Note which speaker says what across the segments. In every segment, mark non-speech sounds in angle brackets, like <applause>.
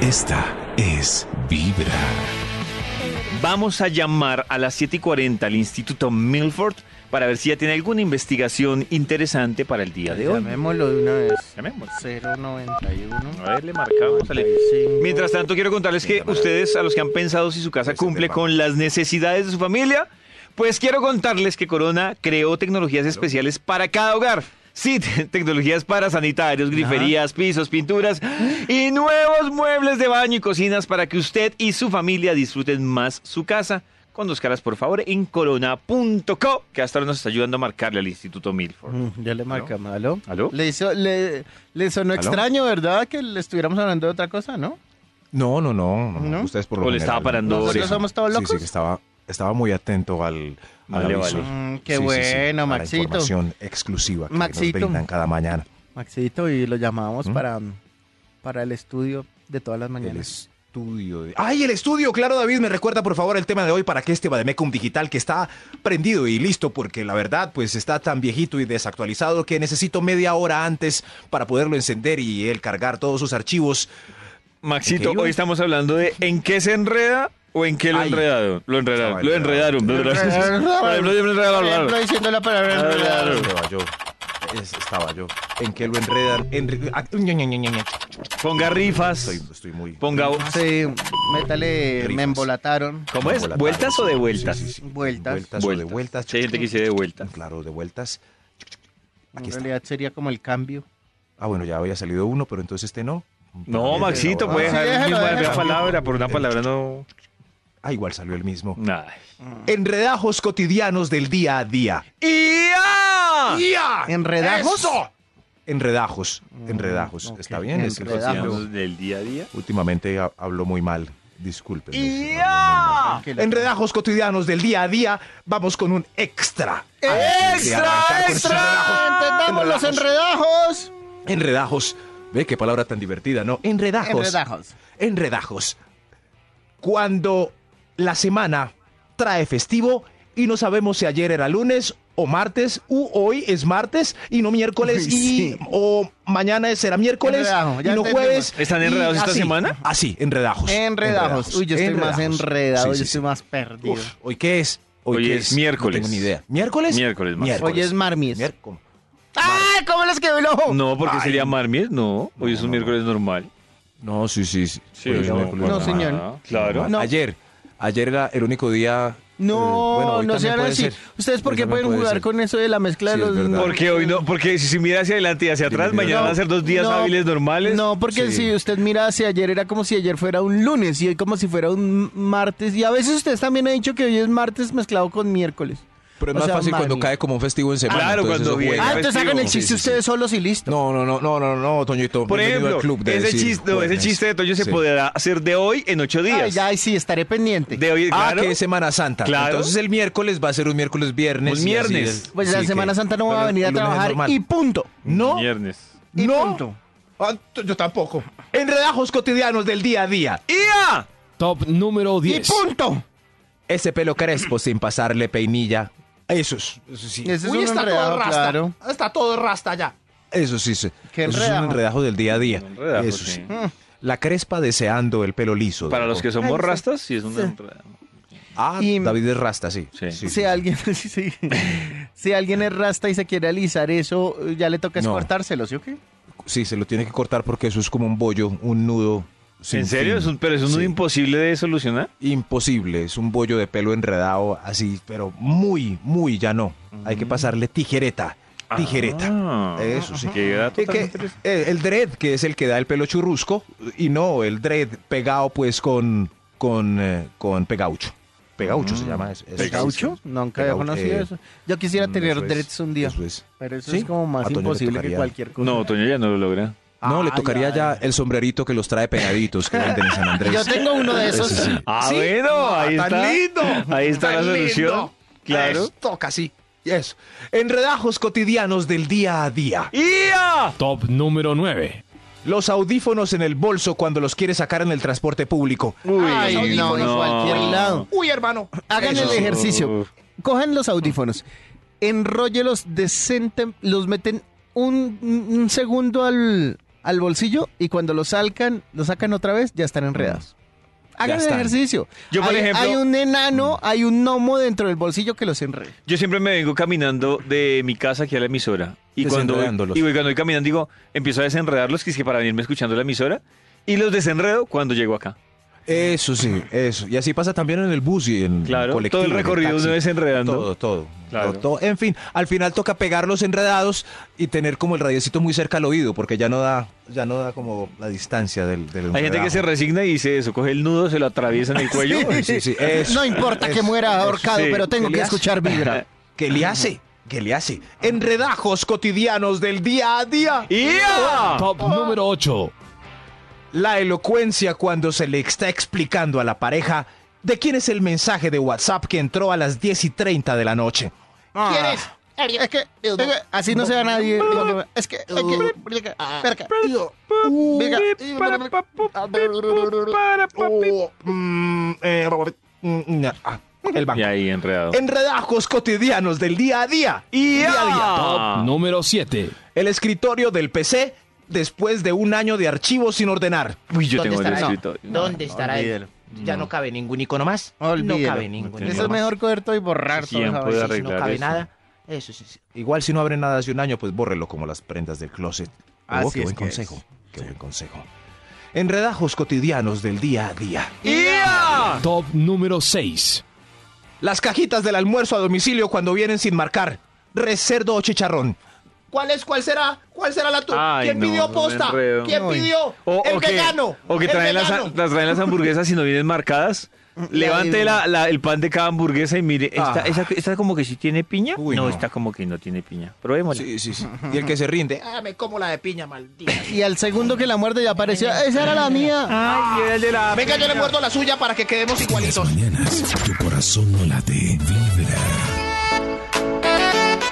Speaker 1: Esta es Vibra.
Speaker 2: Vamos a llamar a las 7 y 40 al Instituto Milford para ver si ya tiene alguna investigación interesante para el día de hoy.
Speaker 3: Llamémoslo de una vez.
Speaker 2: Llamémoslo.
Speaker 3: 091.
Speaker 2: A ver, le marcamos. sale.
Speaker 3: 95.
Speaker 2: Mientras tanto, quiero contarles que ustedes, a los que han pensado si su casa cumple con las necesidades de su familia, pues quiero contarles que Corona creó tecnologías especiales para cada hogar. Sí, <laughs> te- tecnologías para sanitarios, griferías, pisos, pinturas y nuevos muebles de baño y cocinas para que usted y su familia disfruten más su casa. Conozcalas, por favor, en corona.co, que hasta ahora nos está ayudando a marcarle al Instituto Milford.
Speaker 3: Mm, Ya le marcamos, ¿aló?
Speaker 2: ¿Aló?
Speaker 3: Le, hizo, le, le sonó extraño, ¿verdad? Que le estuviéramos hablando de otra cosa, ¿no?
Speaker 4: No, no, no, no,
Speaker 3: ¿No?
Speaker 4: Ustedes por lo
Speaker 2: ¿O le
Speaker 4: general-
Speaker 2: estaba parando
Speaker 4: Sí,
Speaker 3: oreja?
Speaker 4: sí.
Speaker 3: ¿Somos todos
Speaker 4: Sí, sí,
Speaker 3: locos?
Speaker 4: que estaba, estaba muy atento al, al
Speaker 2: Vale,
Speaker 4: aviso.
Speaker 2: vale.
Speaker 3: Mm, qué
Speaker 4: Sí, sí, sí,
Speaker 3: bueno,
Speaker 4: a la
Speaker 3: Maxito.
Speaker 4: información exclusiva que
Speaker 3: Maxito.
Speaker 4: nos brindan cada mañana.
Speaker 3: Maxito, y lo llamamos
Speaker 4: ¿Mm?
Speaker 3: para, para el estudio de todas las
Speaker 4: El
Speaker 3: mañanas.
Speaker 4: estudio de... ¡Ay, el estudio! Claro, David, me recuerda por favor el tema de hoy para que este Bademecum Digital que está prendido y listo porque la verdad pues está tan viejito y desactualizado que necesito media hora antes para poderlo encender y él cargar todos sus archivos.
Speaker 2: Maxito,
Speaker 4: ¿En qué iba?
Speaker 2: hoy estamos hablando de en qué se enreda o en qué lo
Speaker 4: Ay.
Speaker 2: enredaron. Lo enredaron.
Speaker 4: Estaba
Speaker 2: Lo
Speaker 4: enredado.
Speaker 2: enredaron. Lo enredaron. Por ejemplo, yo me
Speaker 3: Por ejemplo,
Speaker 2: enredaba.
Speaker 3: diciendo la palabra.
Speaker 4: Estaba yo. Es- estaba yo. ¿En qué lo enredan? Enre- ah, ña, ña, ña, ña, ña.
Speaker 2: Ponga rifas.
Speaker 4: Estoy, estoy muy...
Speaker 2: Ponga.
Speaker 3: Sí, métale,
Speaker 4: Rifas.
Speaker 3: me embolataron.
Speaker 2: ¿Cómo es?
Speaker 4: Volatados.
Speaker 2: ¿Vueltas o de vueltas?
Speaker 4: Sí, sí, sí.
Speaker 3: Vueltas.
Speaker 4: Vueltas, o de
Speaker 2: Vueltas.
Speaker 4: vueltas. Mm,
Speaker 2: Sí, hay gente que dice de vueltas.
Speaker 4: Claro, de vueltas. Aquí
Speaker 3: en
Speaker 4: está.
Speaker 3: realidad sería como el cambio.
Speaker 4: Ah, bueno, ya había salido uno, pero entonces este no.
Speaker 2: No,
Speaker 4: Este
Speaker 2: Maxito, pues.
Speaker 4: no.
Speaker 2: puede
Speaker 3: Sí,
Speaker 2: dejar la
Speaker 3: déjalo,
Speaker 2: misma
Speaker 3: déjalo.
Speaker 2: palabra. Por una palabra no.
Speaker 4: Ah, igual salió el mismo.
Speaker 2: Nada.
Speaker 4: Enredajos cotidianos del día a día.
Speaker 2: ¡Ya!
Speaker 4: ¡Ya!
Speaker 3: ¿Enredajos? Mm,
Speaker 4: ¡Eso! Enredajos, enredajos.
Speaker 3: ok.
Speaker 4: Está bien, es el
Speaker 3: Enredajos.
Speaker 4: cotidiano.
Speaker 2: Cotidianos Del día a día.
Speaker 4: Últimamente ha- hablo muy mal. Disculpen.
Speaker 2: ¡Ya!
Speaker 3: Tranquilo.
Speaker 4: Ah, Enredajos cotidianos del día a día. Vamos con un extra. Antes de arrancar con esos enredajos.
Speaker 3: ¡Entendamos los enredajos!
Speaker 4: Enredajos. Ve qué palabra tan divertida, ¿no? Enredajos.
Speaker 3: Enredajos.
Speaker 4: Enredajos. Cuando la semana trae festivo y no sabemos si ayer era lunes o martes u hoy es martes y no miércoles
Speaker 3: Uy,
Speaker 4: y
Speaker 3: sí.
Speaker 4: o mañana será miércoles
Speaker 3: Enredajo,
Speaker 4: y
Speaker 3: ya
Speaker 4: no
Speaker 3: entendimos.
Speaker 4: jueves.
Speaker 2: ¿Están
Speaker 4: y
Speaker 2: enredados esta
Speaker 4: así,
Speaker 2: semana?
Speaker 4: Así, Pues, enredajos.
Speaker 3: Enredajos. Uy, yo estoy más
Speaker 4: enredajos.
Speaker 3: enredado,
Speaker 4: Sí,
Speaker 3: yo
Speaker 4: sí,
Speaker 3: estoy
Speaker 4: sí.
Speaker 3: más perdido.
Speaker 4: Uf, ¿Hoy qué es?
Speaker 2: Hoy
Speaker 4: qué
Speaker 2: es miércoles.
Speaker 4: No tengo ni idea. ¿Miércoles?
Speaker 2: Miércoles, Max.
Speaker 3: Hoy es marmies.
Speaker 4: Miércoles.
Speaker 3: ¡Ay, cómo les quedó el ojo!
Speaker 2: No, porque
Speaker 4: Ay.
Speaker 2: sería Marmies. No, hoy es un miércoles normal.
Speaker 4: No, sí, sí. sí.
Speaker 2: Sí,
Speaker 4: Hoy es
Speaker 2: no,
Speaker 4: miércoles,
Speaker 3: no,
Speaker 4: normal.
Speaker 3: señor.
Speaker 2: Claro.
Speaker 3: No.
Speaker 4: Ayer. Ayer era el único día. eh,
Speaker 3: No,
Speaker 4: bueno, hoy
Speaker 3: no
Speaker 4: también
Speaker 3: sean
Speaker 4: puede
Speaker 3: así.
Speaker 4: ser.
Speaker 3: ¿Ustedes por
Speaker 4: Hoy
Speaker 3: qué
Speaker 4: también
Speaker 3: pueden
Speaker 4: puede
Speaker 3: jugar
Speaker 4: ser.
Speaker 3: con eso de la mezcla
Speaker 4: Sí,
Speaker 3: de
Speaker 4: es
Speaker 3: los...
Speaker 4: verdad.
Speaker 2: Porque hoy no, porque si se mira hacia adelante y hacia atrás, mañana van a ser dos días
Speaker 3: no,
Speaker 2: hábiles normales.
Speaker 3: No, porque
Speaker 4: Sí.
Speaker 3: si usted mira hacia ayer era como si ayer fuera un lunes y hoy como si fuera un martes. Y a veces usted también ha dicho que hoy es martes mezclado con miércoles.
Speaker 4: Pero es
Speaker 3: O
Speaker 4: más
Speaker 3: sea,
Speaker 4: fácil cuando
Speaker 3: marmies.
Speaker 4: cae como un festivo en semana.
Speaker 2: Claro,
Speaker 4: entonces
Speaker 2: cuando
Speaker 4: eso
Speaker 2: viene.
Speaker 4: juega.
Speaker 3: Ah, entonces
Speaker 2: festivo.
Speaker 3: hagan el
Speaker 4: Sí,
Speaker 3: chiste
Speaker 4: sí,
Speaker 3: ustedes solos y listo.
Speaker 4: No, no, no, no, no, no, Toñito.
Speaker 2: Por
Speaker 4: bienvenido
Speaker 2: ejemplo,
Speaker 4: al club de
Speaker 2: ese,
Speaker 4: decir
Speaker 2: chiste, no, ese
Speaker 4: jueves.
Speaker 2: chiste de Toño se
Speaker 4: Sí. Ah,
Speaker 2: podrá hacer de hoy en ocho días.
Speaker 3: Ay, ya, sí, estaré pendiente.
Speaker 2: De hoy,
Speaker 4: Ah,
Speaker 2: claro.
Speaker 4: que es Semana Santa.
Speaker 2: Claro.
Speaker 4: Entonces el miércoles va a ser un miércoles viernes.
Speaker 2: Un
Speaker 4: y así
Speaker 2: viernes.
Speaker 4: es.
Speaker 3: Pues
Speaker 4: Sí,
Speaker 3: la
Speaker 4: que-
Speaker 3: Semana Santa no va a
Speaker 4: pero
Speaker 3: venir a
Speaker 4: el lunes es
Speaker 3: trabajar
Speaker 4: normal.
Speaker 3: y punto.
Speaker 4: No,
Speaker 2: Viernes.
Speaker 3: Y
Speaker 4: No.
Speaker 3: punto.
Speaker 4: Ah, t- yo tampoco. Enredajos cotidianos del día a día.
Speaker 2: ¡Ya!
Speaker 5: Top número
Speaker 3: Y
Speaker 5: 10.
Speaker 3: punto.
Speaker 4: Ese pelo crespo sin pasarle peinilla. Esos, eso sí.
Speaker 3: Ese es un enredado, claro.
Speaker 4: Está todo rasta ya. Eso sí, sí.
Speaker 3: Qué
Speaker 4: Eso es un
Speaker 3: enredajo.
Speaker 4: enredajo del día a día.
Speaker 2: Un enredajo,
Speaker 4: Eso
Speaker 2: sí.
Speaker 4: sí. La crespa deseando el pelo liso.
Speaker 2: Para
Speaker 4: Digo.
Speaker 2: los que
Speaker 3: Ay,
Speaker 2: somos
Speaker 3: sí.
Speaker 2: rastas, sí es una
Speaker 3: Sí.
Speaker 2: entrada.
Speaker 4: Ah,
Speaker 3: Y-
Speaker 4: David es rasta, sí.
Speaker 2: Sí.
Speaker 3: si alguien <laughs> sí, sí. si alguien es rasta y se quiere alisar eso, eh, ya le toca es
Speaker 4: No.
Speaker 3: cortárselo, ¿sí o qué?
Speaker 4: Sí, se lo tiene que cortar porque eso es como un bollo, un nudo. sin
Speaker 2: ¿En serio?
Speaker 4: fin.
Speaker 2: Es un- pero es un
Speaker 4: Sí.
Speaker 2: imposible de solucionar.
Speaker 4: Imposible, es un bollo de pelo enredado así, pero muy, muy ya no. Hay
Speaker 2: Mm.
Speaker 4: que pasarle tijereta, tijereta.
Speaker 2: Ah.
Speaker 4: Eso sí.
Speaker 2: Qué dato
Speaker 4: Eh,
Speaker 2: tan
Speaker 4: que-
Speaker 2: interesante.
Speaker 4: eh, el dread, que es el que da el pelo churrusco, y no, el dread pegado pues con, con, eh, con pegaucho. Pegaucho se llama eso. eso
Speaker 3: ¿Pegaucho?
Speaker 4: sí, sí.
Speaker 3: Nunca había
Speaker 4: Pegau-
Speaker 3: conocido
Speaker 4: eh,
Speaker 3: eso. Yo quisiera
Speaker 4: mm,
Speaker 3: tener
Speaker 4: eso es,
Speaker 3: dreads un día,
Speaker 4: eso es.
Speaker 3: pero eso
Speaker 4: Sí,
Speaker 3: es como
Speaker 4: a
Speaker 3: más
Speaker 4: Toño le
Speaker 3: imposible que
Speaker 4: tocaría.
Speaker 3: cualquier cosa.
Speaker 2: No, Toño ya no lo logra.
Speaker 4: No, le
Speaker 3: Ah,
Speaker 4: tocaría
Speaker 3: ya,
Speaker 4: ya,
Speaker 3: ya.
Speaker 4: el sombrerito que los trae pegaditos que venden en San Andrés.
Speaker 3: Yo tengo uno de
Speaker 4: Eso
Speaker 3: esos.
Speaker 4: sí. Ah,
Speaker 2: Ah, bueno, ahí
Speaker 4: tan
Speaker 2: está.
Speaker 4: lindo.
Speaker 2: Ahí está la
Speaker 4: Tan
Speaker 2: solución.
Speaker 4: lindo.
Speaker 2: Claro.
Speaker 4: Eso, toca así. Eso. Enredajos cotidianos del día a día.
Speaker 2: ¡Ya!
Speaker 5: Top número 9.
Speaker 4: Los audífonos en el bolso cuando los quiere sacar en el transporte público.
Speaker 3: Ay, no, en cualquier lado.
Speaker 4: Uy, hermano.
Speaker 3: Hagan
Speaker 4: Eso
Speaker 3: el
Speaker 4: sí.
Speaker 3: ejercicio. Cojan los audífonos, enróllelos decente, los meten un, un segundo al, al bolsillo y cuando lo salcan, lo sacan otra vez, ya están enredados. Hagan el
Speaker 4: están.
Speaker 3: ejercicio.
Speaker 2: Yo, por
Speaker 3: hay,
Speaker 2: ejemplo-
Speaker 3: hay un enano, hay un gnomo dentro del bolsillo que los enreda.
Speaker 2: Yo siempre me vengo caminando de mi casa aquí a la emisora. Y cuando, voy-
Speaker 4: Desenredándolos.
Speaker 2: y voy- cuando voy caminando digo, empiezo a desenredarlos, que es que para venirme escuchando la emisora. Y los desenredo cuando llego acá.
Speaker 4: Eso sí, eso. Y así pasa también en el bus y en
Speaker 2: Claro,
Speaker 4: el colectivo.
Speaker 2: todo el
Speaker 4: en
Speaker 2: recorrido
Speaker 4: taxi.
Speaker 2: uno desenredando.
Speaker 4: Todo, todo.
Speaker 2: Claro.
Speaker 4: Todo, todo. En fin, al final toca pegarlos enredados y tener como el radiecito muy cerca al oído, porque ya no da, ya no da como la distancia del, del
Speaker 2: Hay gente que se resigna y dice eso, coge el nudo, se lo atraviesa en el cuello.
Speaker 4: <laughs> sí,
Speaker 2: <laughs>
Speaker 4: sí, eso,
Speaker 3: no importa que
Speaker 4: eso,
Speaker 3: muera
Speaker 4: eso.
Speaker 3: ahorcado,
Speaker 2: Sí.
Speaker 3: pero tengo que
Speaker 4: Elías.
Speaker 3: escuchar
Speaker 2: <laughs>
Speaker 3: vibra.
Speaker 4: <laughs> ¿Qué le hace? ¿Qué le hace? Enredajos cotidianos del día a día.
Speaker 2: ¡Ya!
Speaker 5: Top
Speaker 6: Ah.
Speaker 5: número 8.
Speaker 4: La elocuencia cuando se le está explicando a la pareja de quién es el mensaje de WhatsApp que entró a las 10 y 30 de la noche.
Speaker 2: Ah.
Speaker 3: ¿Quién es? Es que, es que así no se va nadie. Es que, es que, verga. Venga.
Speaker 6: Ah,
Speaker 4: Oh, mm, eh, mm, mm, ah, El
Speaker 2: Y
Speaker 4: banco.
Speaker 2: ahí enredado.
Speaker 4: Enredajos cotidianos del día a día.
Speaker 2: ¡Ya!
Speaker 4: Día a día.
Speaker 5: Ah.
Speaker 2: Ah.
Speaker 5: Número 7.
Speaker 4: El escritorio del PC después de un año de archivos sin ordenar.
Speaker 2: Uy, yo
Speaker 6: ¿Dónde
Speaker 2: tengo el
Speaker 6: estará?
Speaker 2: escritorio.
Speaker 6: ¿Dónde estará él? Ya no. cabe ningún icono más.
Speaker 3: Olvídelo.
Speaker 6: No cabe ningún
Speaker 2: Eso
Speaker 3: Eso
Speaker 6: icono
Speaker 3: es
Speaker 6: más.
Speaker 3: mejor coger todo y borrar todo.
Speaker 2: ¿Quién
Speaker 3: esa
Speaker 2: puede
Speaker 6: Sí,
Speaker 3: vaina.
Speaker 6: sí, no
Speaker 2: arreglar
Speaker 6: cabe
Speaker 2: eso.
Speaker 6: nada. Eso sí, sí.
Speaker 4: Igual si no abre nada hace un año, pues bórrelo como las prendas del closet. Oh,
Speaker 3: Así
Speaker 4: qué
Speaker 3: es
Speaker 4: buen
Speaker 3: que
Speaker 4: consejo. Qué buen consejo. Enredajos cotidianos del día a día.
Speaker 6: Ah.
Speaker 2: ¡Ya!
Speaker 5: Top número 6.
Speaker 4: Las cajitas del almuerzo a domicilio cuando vienen sin marcar. Recerdo o chicharrón.
Speaker 6: ¿Cuál es? ¿Cuál será? ¿Cuál será la tuya?
Speaker 2: Ay,
Speaker 6: ¿Quién
Speaker 2: no,
Speaker 6: pidió
Speaker 2: me
Speaker 6: posta?
Speaker 2: enredo.
Speaker 6: ¿Quién
Speaker 3: Uy.
Speaker 6: pidió?
Speaker 2: O,
Speaker 6: el
Speaker 2: o que,
Speaker 6: vegano.
Speaker 2: o que
Speaker 6: el
Speaker 2: traen, las,
Speaker 6: vegano.
Speaker 2: las traen las hamburguesas y no vienen marcadas. Levante la- la- el pan de cada hamburguesa y mire, esta,
Speaker 4: Ah.
Speaker 2: esa- esta como que sí tiene piña.
Speaker 4: Uy,
Speaker 2: no,
Speaker 4: no.
Speaker 2: esta como que no tiene piña. Probémosla.
Speaker 4: Sí, sí, sí. Y el que se rinde.
Speaker 6: Ah, me como la de piña, maldita.
Speaker 3: Y al segundo que la muerte ya apareció, esa era la mía.
Speaker 2: Ay, era el de la
Speaker 6: Venga, yo le muerdo la suya para que
Speaker 3: Este
Speaker 1: En
Speaker 6: quedemos
Speaker 1: las
Speaker 6: igualitos.
Speaker 1: mañanas, tu corazón no late, vibra.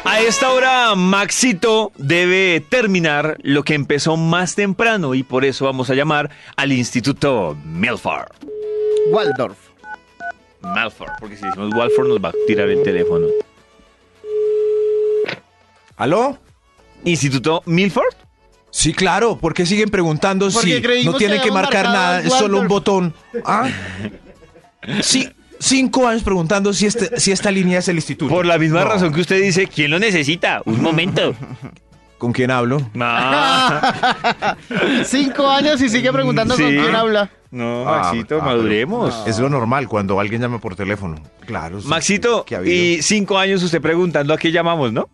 Speaker 2: A esta hora, Maxito debe terminar lo que empezó más temprano y por eso vamos a llamar al Instituto Milford.
Speaker 3: Waldorf.
Speaker 2: Malford, porque si decimos Walford nos va a tirar el teléfono.
Speaker 4: ¿Aló?
Speaker 2: ¿Instituto Milford?
Speaker 4: Sí, claro. ¿Por qué siguen preguntando
Speaker 3: Porque
Speaker 4: si
Speaker 3: creímos
Speaker 4: no tienen
Speaker 3: que
Speaker 4: que,
Speaker 3: habíamos
Speaker 4: marcar
Speaker 3: marcado
Speaker 4: nada?
Speaker 3: al
Speaker 4: Es solo un
Speaker 3: Walter.
Speaker 4: botón.
Speaker 3: <laughs>
Speaker 4: ¿Ah? Sí, cinco años preguntando si, este, si esta línea es el instituto.
Speaker 2: Por la misma
Speaker 4: No.
Speaker 2: razón que usted dice, ¿quién lo necesita? Un <laughs> momento.
Speaker 4: ¿Con quién hablo?
Speaker 2: Ah,
Speaker 3: Cinco años y sigue preguntando con
Speaker 2: Sí.
Speaker 3: quién habla.
Speaker 2: no,
Speaker 4: Ah,
Speaker 2: Maxito,
Speaker 4: ah,
Speaker 2: maduremos.
Speaker 4: Es lo normal cuando alguien llama por teléfono. Claro. sí,
Speaker 2: Maxito,
Speaker 4: que ha habido.
Speaker 2: y cinco años usted preguntando a qué llamamos, ¿no?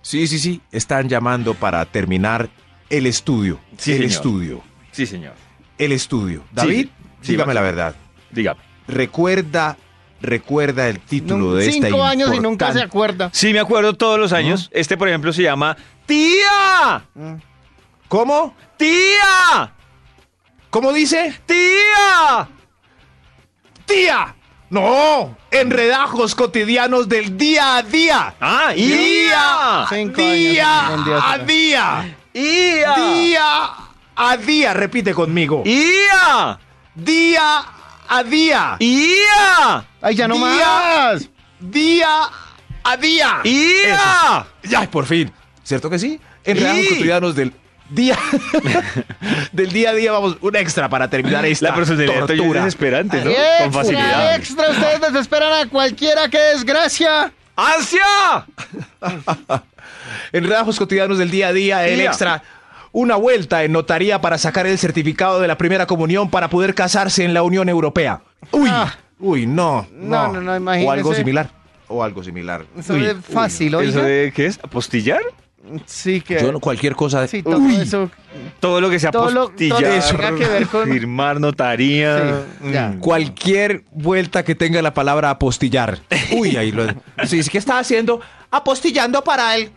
Speaker 4: Sí, sí, sí. Están llamando para terminar el estudio.
Speaker 2: Sí,
Speaker 4: el
Speaker 2: señor.
Speaker 4: estudio.
Speaker 2: Sí, señor.
Speaker 4: El estudio. David,
Speaker 2: sí,
Speaker 4: dígame
Speaker 2: Maxi.
Speaker 4: la verdad.
Speaker 2: Dígame.
Speaker 4: Recuerda, recuerda el título
Speaker 3: Nun-
Speaker 4: de esta
Speaker 3: Cinco años y nunca se
Speaker 4: importante-
Speaker 3: acuerda.
Speaker 2: Sí, me acuerdo todos los años. Este, por ejemplo, se llama Tía.
Speaker 4: ¿Cómo?
Speaker 2: ¡Tía!
Speaker 4: ¿Cómo dice?
Speaker 2: ¡Tía!
Speaker 4: ¡Tía! No, enredajos cotidianos del día a día.
Speaker 2: ¡Ah! ¡Ia!
Speaker 4: ¡Día!
Speaker 3: Cinco
Speaker 4: día
Speaker 3: años, un día
Speaker 4: a
Speaker 3: será.
Speaker 4: día.
Speaker 2: ¡Ia!
Speaker 4: Día a día, repite conmigo.
Speaker 2: ¡Ia!
Speaker 4: Día a día.
Speaker 2: ¡Ia!
Speaker 3: Ay, ya no
Speaker 4: Día-
Speaker 3: más.
Speaker 4: Día a día.
Speaker 2: ¡Ia!
Speaker 4: Ya, por fin. ¿Cierto que sí? Enredajos
Speaker 2: Y-
Speaker 4: cotidianos del día <laughs> del día a día vamos un extra para terminar esta
Speaker 2: La personalidad tuya es
Speaker 4: tortura.
Speaker 2: desesperante, ¿no? Con
Speaker 3: Extra,
Speaker 2: facilidad.
Speaker 3: extra, ustedes desesperan a cualquiera que desgracia.
Speaker 2: ¡Asia!
Speaker 4: En relajos cotidianos del día a día, el
Speaker 2: Día.
Speaker 4: extra. Una vuelta en notaría para sacar el certificado de la primera comunión para poder casarse en la Unión Europea. Uy,
Speaker 3: Ah.
Speaker 4: uy, no.
Speaker 3: No, no, no, imagínese.
Speaker 4: O algo similar. O algo similar.
Speaker 3: Eso
Speaker 2: Uy,
Speaker 3: es fácil, oiga.
Speaker 2: ¿Eso de qué es? ¿Apostillar?
Speaker 3: Sí que...
Speaker 4: Yo no, cualquier cosa.
Speaker 3: Sí, todo
Speaker 4: Uy,
Speaker 3: eso.
Speaker 2: Todo lo que sea
Speaker 3: Todo lo-
Speaker 2: apostillar.
Speaker 3: todo lo que tenga que ver con-
Speaker 2: <laughs> Firmar notaría.
Speaker 3: Sí, ya.
Speaker 2: Mm.
Speaker 4: Cualquier vuelta que tenga la palabra apostillar. Uy, ahí lo. Sí, sí, ¿qué está haciendo?
Speaker 6: Apostillando para él.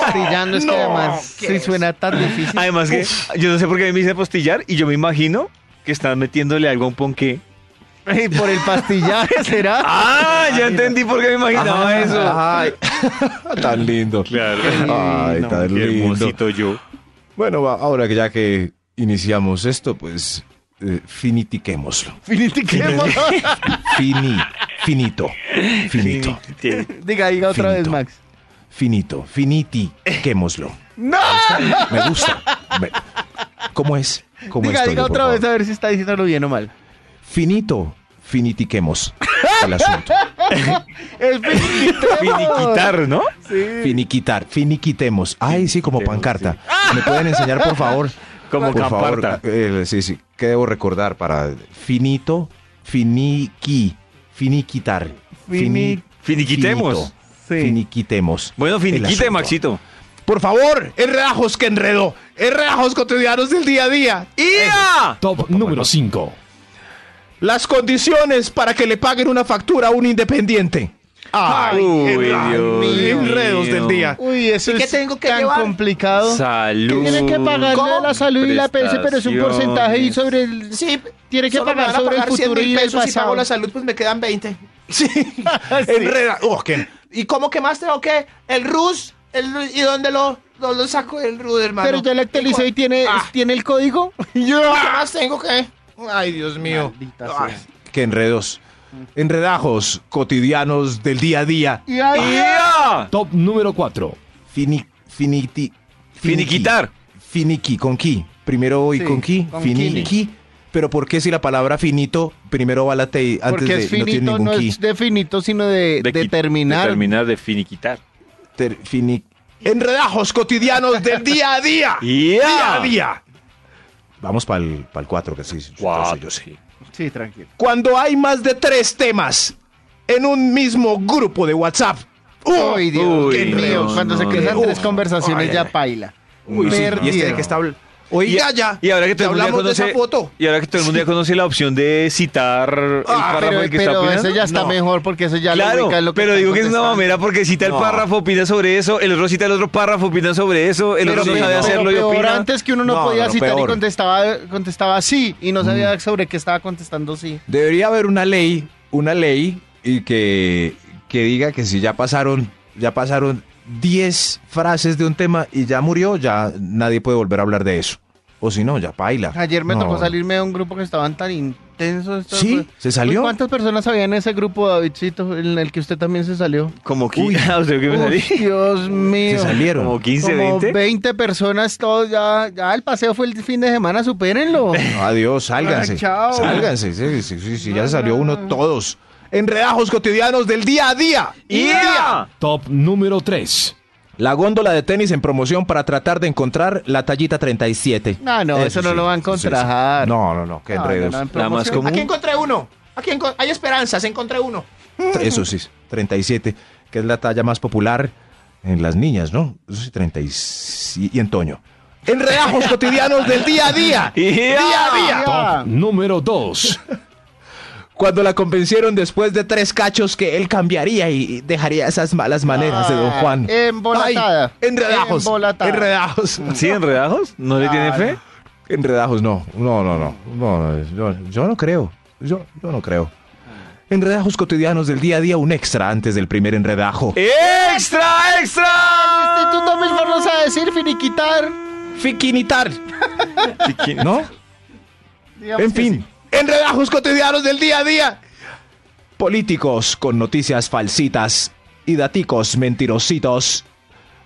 Speaker 3: Postillando es que además
Speaker 6: ¿qué
Speaker 3: sí
Speaker 6: es?
Speaker 3: suena tan difícil. <laughs>
Speaker 2: Además que yo no sé por qué me dice apostillar y yo me imagino que están metiéndole algo a un ponqué.
Speaker 3: Y por el pastillaje será.
Speaker 2: ¡Ah! Ya entendí por qué me imaginaba
Speaker 3: Ah,
Speaker 4: Ajá,
Speaker 2: eso.
Speaker 4: Ay, <laughs> tan lindo.
Speaker 2: Claro.
Speaker 4: Ay, tan
Speaker 2: Qué
Speaker 4: lindo.
Speaker 2: hermosito yo.
Speaker 4: Bueno, va, ahora que ya que iniciamos esto, pues eh, finitiquémoslo. Fini, finito, finito,
Speaker 3: <laughs> Diga, diga otra vez,
Speaker 4: Finito.
Speaker 3: Max.
Speaker 4: finito, finitiquémoslo.
Speaker 3: ¡No!
Speaker 4: Me gusta. Ve- ¿Cómo es? ¿Cómo
Speaker 3: Diga,
Speaker 4: estoy,
Speaker 3: diga
Speaker 4: por
Speaker 3: otra vez
Speaker 4: favor?
Speaker 3: a ver si está diciéndolo bien o mal.
Speaker 4: Finito, finitiquemos el asunto.
Speaker 3: El
Speaker 2: Finiquitar, ¿no?
Speaker 4: Finiquitar, finiquitemos. Ay, sí, como pancarta. ¿Me pueden enseñar, por favor?
Speaker 2: Ah. <laughs> Como
Speaker 4: por
Speaker 2: camparta.
Speaker 4: eh, sí, sí. ¿Qué debo recordar para finito, finiqui, finiquitar?
Speaker 3: Fini-
Speaker 2: Finiquitemos.
Speaker 3: Sí.
Speaker 4: Finiquitemos.
Speaker 2: Bueno,
Speaker 4: el
Speaker 2: finiquite,
Speaker 4: asunto.
Speaker 2: Maxito.
Speaker 6: Por favor, es relajos que enredó. Es relajos cotidianos del día a día.
Speaker 2: ¡Ia!
Speaker 5: Top número 5.
Speaker 6: Las condiciones para que le paguen una factura a un independiente.
Speaker 2: Ay, Uy, Dios
Speaker 6: enredos
Speaker 2: mío.
Speaker 6: del día.
Speaker 3: Uy, eso
Speaker 6: ¿Y qué
Speaker 3: es
Speaker 6: tengo que
Speaker 3: tan
Speaker 6: llevar?
Speaker 3: complicado.
Speaker 2: Salud.
Speaker 3: Tiene que pagarle la salud y la PS, pero es un porcentaje y
Speaker 2: prestaciones.
Speaker 3: sobre el...
Speaker 6: Sí,
Speaker 3: Tiene que
Speaker 6: solo me
Speaker 3: pagar
Speaker 6: van a
Speaker 3: sobre el
Speaker 6: 100
Speaker 3: futuro
Speaker 6: mil
Speaker 3: y el
Speaker 6: pesos Si
Speaker 3: pasado.
Speaker 6: pago la salud, pues me quedan 20.
Speaker 4: Sí.
Speaker 2: Ah,
Speaker 4: Enreda. Oh, qué-
Speaker 6: ¿Y cómo quemaste o qué? El RUS. El, RUS, ¿Y dónde lo, lo, lo saco el RUS, hermano?
Speaker 3: Pero ya la actualizó y tiene,
Speaker 6: Ah.
Speaker 3: tiene el código.
Speaker 6: ¿Qué más tengo que...? Ay, Dios mío. Ay,
Speaker 4: Qué enredos. Enredajos cotidianos del día a día.
Speaker 3: Y ahí-
Speaker 2: Ah. ¡Ia!
Speaker 5: Top número 4.
Speaker 4: Fini, finiti,
Speaker 2: Finiquitar.
Speaker 4: Finiqui, con qui. Primero voy
Speaker 3: Sí,
Speaker 4: con qui.
Speaker 3: con
Speaker 4: Finiqui. Pero ¿por qué si la palabra finito primero va la T antes
Speaker 3: Porque
Speaker 4: de
Speaker 3: es
Speaker 4: no tiene
Speaker 3: finito, no,
Speaker 4: ningún qui?
Speaker 3: es de finito, sino de,
Speaker 2: De
Speaker 3: de
Speaker 2: qui-
Speaker 3: terminar.
Speaker 2: De terminar, de finiquitar.
Speaker 4: Ter- fini-
Speaker 6: Enredajos cotidianos del día
Speaker 4: <laughs>
Speaker 6: a día.
Speaker 2: ¡Ia!
Speaker 6: día.
Speaker 4: Vamos para el 4, que sí. yo sé,
Speaker 2: Guau,
Speaker 4: yo sé.
Speaker 3: Sí, tranquilo.
Speaker 6: Cuando hay más de tres temas en un mismo grupo de WhatsApp. ¡Uh!
Speaker 3: Uy, Dios
Speaker 2: Uy,
Speaker 3: mío.
Speaker 2: no,
Speaker 3: Cuando se
Speaker 2: no,
Speaker 3: cruzan
Speaker 2: no.
Speaker 3: tres conversaciones
Speaker 6: Ay,
Speaker 3: ya
Speaker 6: ay, ay.
Speaker 3: paila.
Speaker 4: Uy, sí, Y este de
Speaker 3: Perdieron.
Speaker 4: que está habl- Oiga, ya.
Speaker 2: Y ahora que
Speaker 4: Ya
Speaker 2: todo el mundo ya
Speaker 4: hablamos
Speaker 2: conoce,
Speaker 4: de esa foto.
Speaker 2: Y ahora que todo el mundo ya conoce la opción de citar el
Speaker 3: Ah,
Speaker 2: párrafo
Speaker 3: pero
Speaker 2: del que está
Speaker 3: pero
Speaker 2: opinando.
Speaker 3: eso ya está mejor porque eso ya lo
Speaker 2: claro,
Speaker 3: ubica en lo que
Speaker 2: pero
Speaker 3: está
Speaker 2: digo que es una
Speaker 3: contestando.
Speaker 2: mamera porque cita el
Speaker 4: No.
Speaker 2: párrafo, opina sobre eso, el otro cita el otro párrafo, opina sobre eso, el
Speaker 3: Pero,
Speaker 2: otro no
Speaker 3: pero-
Speaker 2: sabe
Speaker 3: pero
Speaker 2: hacerlo y
Speaker 3: peor
Speaker 2: opina.
Speaker 3: antes que uno no,
Speaker 4: No,
Speaker 3: podía
Speaker 4: pero
Speaker 3: citar y
Speaker 4: peor. Mm.
Speaker 3: contestaba, contestaba sí y no sabía sobre qué estaba contestando sí.
Speaker 4: Debería haber una ley, una ley y que, que diga que si ya pasaron, ya pasaron 10 frases de un tema y ya murió, ya nadie puede volver a hablar de eso. O si no, ya paila.
Speaker 3: Ayer me
Speaker 4: No.
Speaker 3: tocó salirme de un grupo que estaban tan intensos. estas
Speaker 4: Sí,
Speaker 3: cosas.
Speaker 4: se salió.
Speaker 3: ¿Cuántas personas había en ese grupo, Davidcito, en el que usted también se salió?
Speaker 2: Como que, Ah, <laughs> o sea, que me
Speaker 3: Uy,
Speaker 2: salí.
Speaker 3: Dios mío.
Speaker 4: Se salieron.
Speaker 2: Como 15,
Speaker 3: Como
Speaker 2: 20.
Speaker 3: 20 personas, todos ya, ya el paseo fue el fin de semana,
Speaker 4: <laughs>
Speaker 3: supérenlo.
Speaker 4: Adiós, sálganse.
Speaker 3: Ah, chao.
Speaker 4: Sálganse. Sí, sí, sí, sí, ya se salió uno todos. Enredajos cotidianos del día a día.
Speaker 2: ¡Ia!
Speaker 5: Top número 3.
Speaker 4: La góndola de tenis en promoción para tratar de encontrar la tallita 37.
Speaker 3: Ah, No, no, eso no lo va a
Speaker 4: sí, sí, sí.
Speaker 3: encontrar. Ah,
Speaker 4: No, no, no, qué
Speaker 3: No, no,
Speaker 4: enredos.
Speaker 3: no, en
Speaker 2: La más
Speaker 3: promoción.
Speaker 2: común.
Speaker 6: Aquí encontré uno. Aquí enco- hay esperanzas, encontré uno.
Speaker 4: Eso sí, 37, que es la talla más popular en las niñas, ¿no? Eso sí, 37. Y en Toño.
Speaker 6: Enredajos cotidianos del día a día.
Speaker 2: ¡Ia!
Speaker 3: Ah,
Speaker 5: Top número 2.
Speaker 4: Cuando la convencieron después de tres cachos que él cambiaría y dejaría esas malas maneras de don Juan.
Speaker 3: Ah, Embolatada.
Speaker 4: Ay, enredajos.
Speaker 3: Embolatada. Mm.
Speaker 4: Enredajos.
Speaker 2: ¿Sí, enredajos? ¿No le
Speaker 3: Ah,
Speaker 2: tiene fe?
Speaker 4: Enredajos, no. No, no, no. no, no, yo, yo no creo. Yo, yo no creo. Enredajos cotidianos del día a día, un extra antes del primer enredajo.
Speaker 2: Eh, ¡Extra, extra!
Speaker 3: Instituto mismo nos a decir finiquitar.
Speaker 4: Fiquinitar. ¿No?
Speaker 3: Digamos
Speaker 4: En
Speaker 3: que
Speaker 4: fin.
Speaker 6: Enredajos cotidianos del día a día.
Speaker 4: Políticos con noticias falsitas y daticos mentirositos,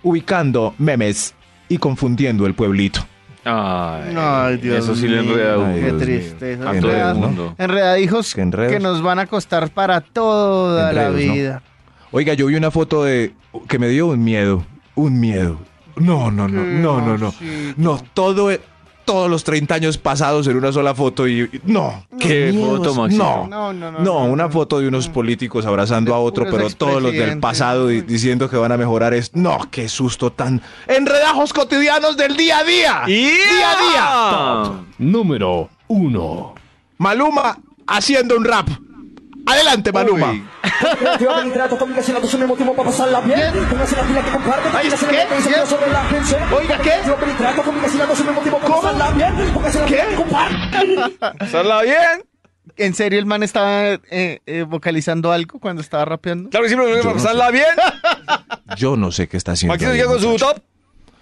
Speaker 4: ubicando memes y confundiendo el pueblito.
Speaker 2: Ay,
Speaker 3: Ay, Dios
Speaker 2: Eso sí le
Speaker 3: mío.
Speaker 2: enreda a uno.
Speaker 4: Ay,
Speaker 3: Qué
Speaker 4: Dios
Speaker 3: tristeza.
Speaker 4: mío.
Speaker 2: Enredos,
Speaker 3: Enredados,
Speaker 2: ¿no?
Speaker 3: Enredadijos
Speaker 4: Qué enredos.
Speaker 3: que nos van a costar para toda la
Speaker 4: Enredos, ¿no?
Speaker 3: vida.
Speaker 4: Oiga, yo vi una foto de que me dio un miedo, un miedo. No, no, no, no,
Speaker 3: Mm,
Speaker 4: no, no. No, todo todos los 30 años pasados en una sola foto y y- no,
Speaker 2: Qué
Speaker 4: miedos,
Speaker 2: foto, Maxito.
Speaker 4: No.
Speaker 3: No, no, no,
Speaker 4: No,
Speaker 3: no,
Speaker 4: una
Speaker 3: no. Mm.
Speaker 4: foto de unos políticos abrazando
Speaker 3: De
Speaker 4: a otro,
Speaker 3: puros
Speaker 4: pero todos los del
Speaker 3: expresidentes.
Speaker 4: pasado di- diciendo que van a mejorar es no, qué susto tan enredajos cotidianos del día a día.
Speaker 2: ¡Día
Speaker 4: a
Speaker 2: día!
Speaker 5: Número 1.
Speaker 4: Maluma haciendo un rap. Adelante, Maluma.
Speaker 7: Activa carbohidratos, comunicación, autos, un emotivo para pasarla bien. Póngase la pila que comparte, comunicación,
Speaker 6: ¿qué?
Speaker 7: pensamiento
Speaker 6: ¿Qué?
Speaker 7: sobre la gente.
Speaker 6: Oiga, ¿qué?
Speaker 7: Activa carbohidratos, comunicación, autos, un emotivo para pasarla bien. Póngase la pila que comparte.
Speaker 2: ¿Sala bien?
Speaker 3: ¿En serio el man estaba eh, eh, vocalizando algo cuando estaba rapeando?
Speaker 2: Claro que sí, pero
Speaker 4: Yo no
Speaker 2: ¿sala bien?
Speaker 4: Yo no sé qué está haciendo.
Speaker 2: Maxito
Speaker 4: ahí,
Speaker 2: llega con su
Speaker 4: muchacho.
Speaker 2: top.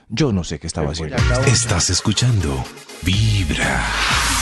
Speaker 4: Yo no sé qué estaba haciendo.
Speaker 1: Estás escuchando Vibra.